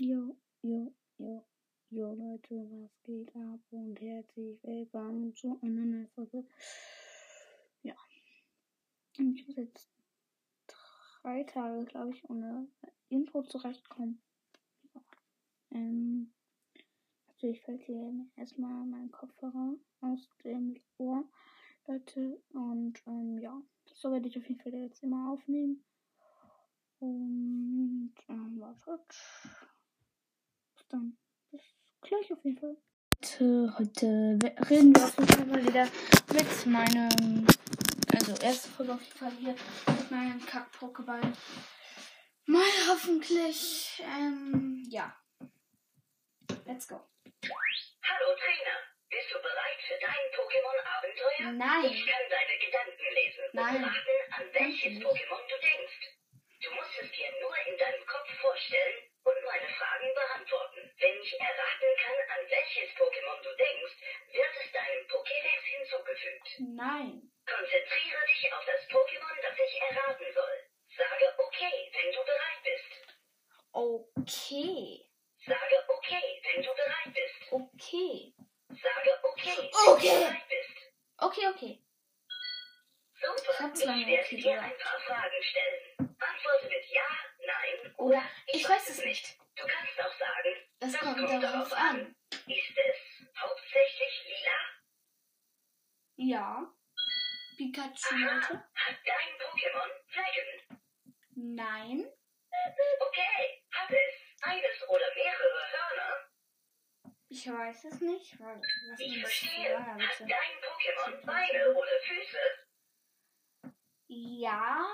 Jo, jo, jo, jo, Leute, was geht ab? Und herzlich willkommen zu einer neuen Folge. Ja. Und Ich muss jetzt drei Tage, glaube ich, ohne Intro zurechtkommen. Ja. Ähm, natürlich fällt hier erstmal mein Kopfhörer aus dem Ohr, Leute. Und ähm, ja, so werde ich auf jeden Fall jetzt immer aufnehmen. Und ähm, wartet. Bis dann. Bis gleich auf jeden Fall. Heute, heute we- reden wir auf jeden Fall mal wieder mit meinem. Also, erste Folge auf jeden Fall hier mit meinem Kack-Pokéball. Mal hoffentlich. Ähm, ja. Let's go. Hallo Trainer, bist du bereit für dein Pokémon-Abenteuer? Ich Nein. kann deine Gedanken lesen Nein. und beachten, an welches nicht. Pokémon du denkst. Du musst es dir nur in deinem Kopf vorstellen und meine Fragen beantworten. Wenn ich erraten kann, an welches Pokémon du denkst, wird es deinem Pokédex hinzugefügt. Nein. Konzentriere dich auf das Pokémon, das ich erraten soll. Sage okay, wenn du bereit bist. Okay. Sage okay, wenn du bereit bist. Okay. Sage okay, wenn Okay. du bereit bist. Okay, okay. Super. Ich hab's Ich lange werde nicht dir gesagt. ein paar Fragen stellen. Antworte mit Ja, Nein Oder oder ich weiß es nicht. Du kannst auch sagen, Das kommt darauf an. ist es hauptsächlich lila? Ja. Pikachu, Leute. Aha, hat dein Pokémon Flecken. Nein. Okay, hat es eines oder mehrere Hörner? Ich weiß es nicht. Warte, lass Ich mich verstehe. ja, Hat bitte. dein Pokémon Beine oder Füße? Ja.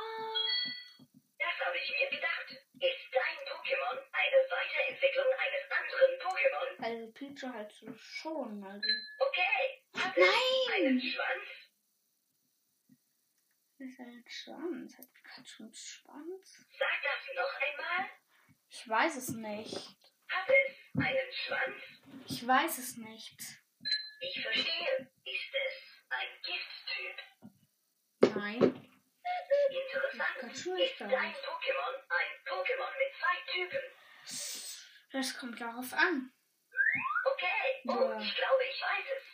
Das habe ich mir gedacht. Ist dein Pokémon eine Weiterentwicklung eines anderen Pokémon? Also Pichu halt so schon. Also. Okay, hat es einen Nein! Schwanz? Das ist ein Schwanz. Hat Pikachu einen Schwanz? Sag das noch einmal. Ich weiß es nicht. Hat es einen Schwanz? Ich weiß es nicht. Ich verstehe. Ist es ein Gifttyp? Nein. Interessant. Ganz schön, Ist ich dein glaub. Pokémon ein Pokémon mit zwei Typen? Das kommt darauf an. Okay. Oh, Ja. ich glaube, ich weiß es.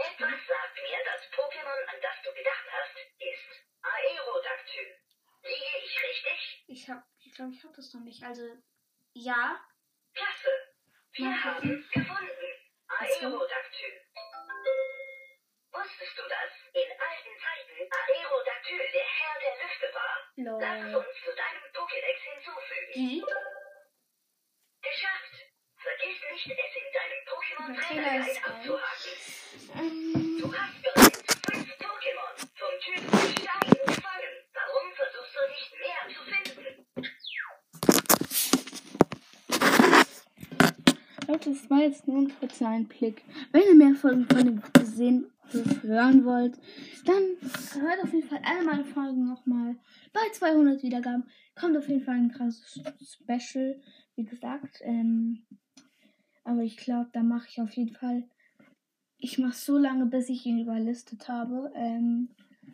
Etwas sagt mir, das Pokémon, an das du gedacht hast, ist Aerodactyl. Liege ich richtig? Ich hab, ich glaube, ich hab das noch nicht. Also, ja. Klasse. Wir Mal haben gefunden. Was denn? Aerodactyl. Wusstest du das? In alten Zeiten Aerodactyl der Herr der Lüfte war. Lass es Lol. uns zu deinem Pokédex hinzufügen. Die? Geschafft. Vergiss nicht, es in deinem Pokémon Der Trainer Trainer ist Guide geil. abzuhaken. Ähm, Du hast bereits fünf Pokémon vom Typ Stein gefangen. Warum versuchst du nicht mehr zu finden? Leute, das war jetzt nur ein kurzer Einblick. Wenn ihr mehr Folgen von dem Video sehen und hören wollt, dann hört auf jeden Fall alle meine Folgen nochmal. Bei 200 Wiedergaben kommt auf jeden Fall ein krasses Special, wie gesagt. Ähm, aber ich glaube, da mache ich auf jeden Fall. Ich mache so lange, bis ich ihn überlistet habe. Ähm,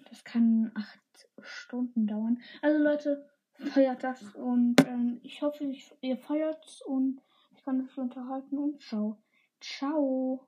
das kann acht Stunden dauern. Also Leute, feiert das und ähm, ich hoffe, ich, ihr feiert's und ich kann mich unterhalten und ciao. Ciao.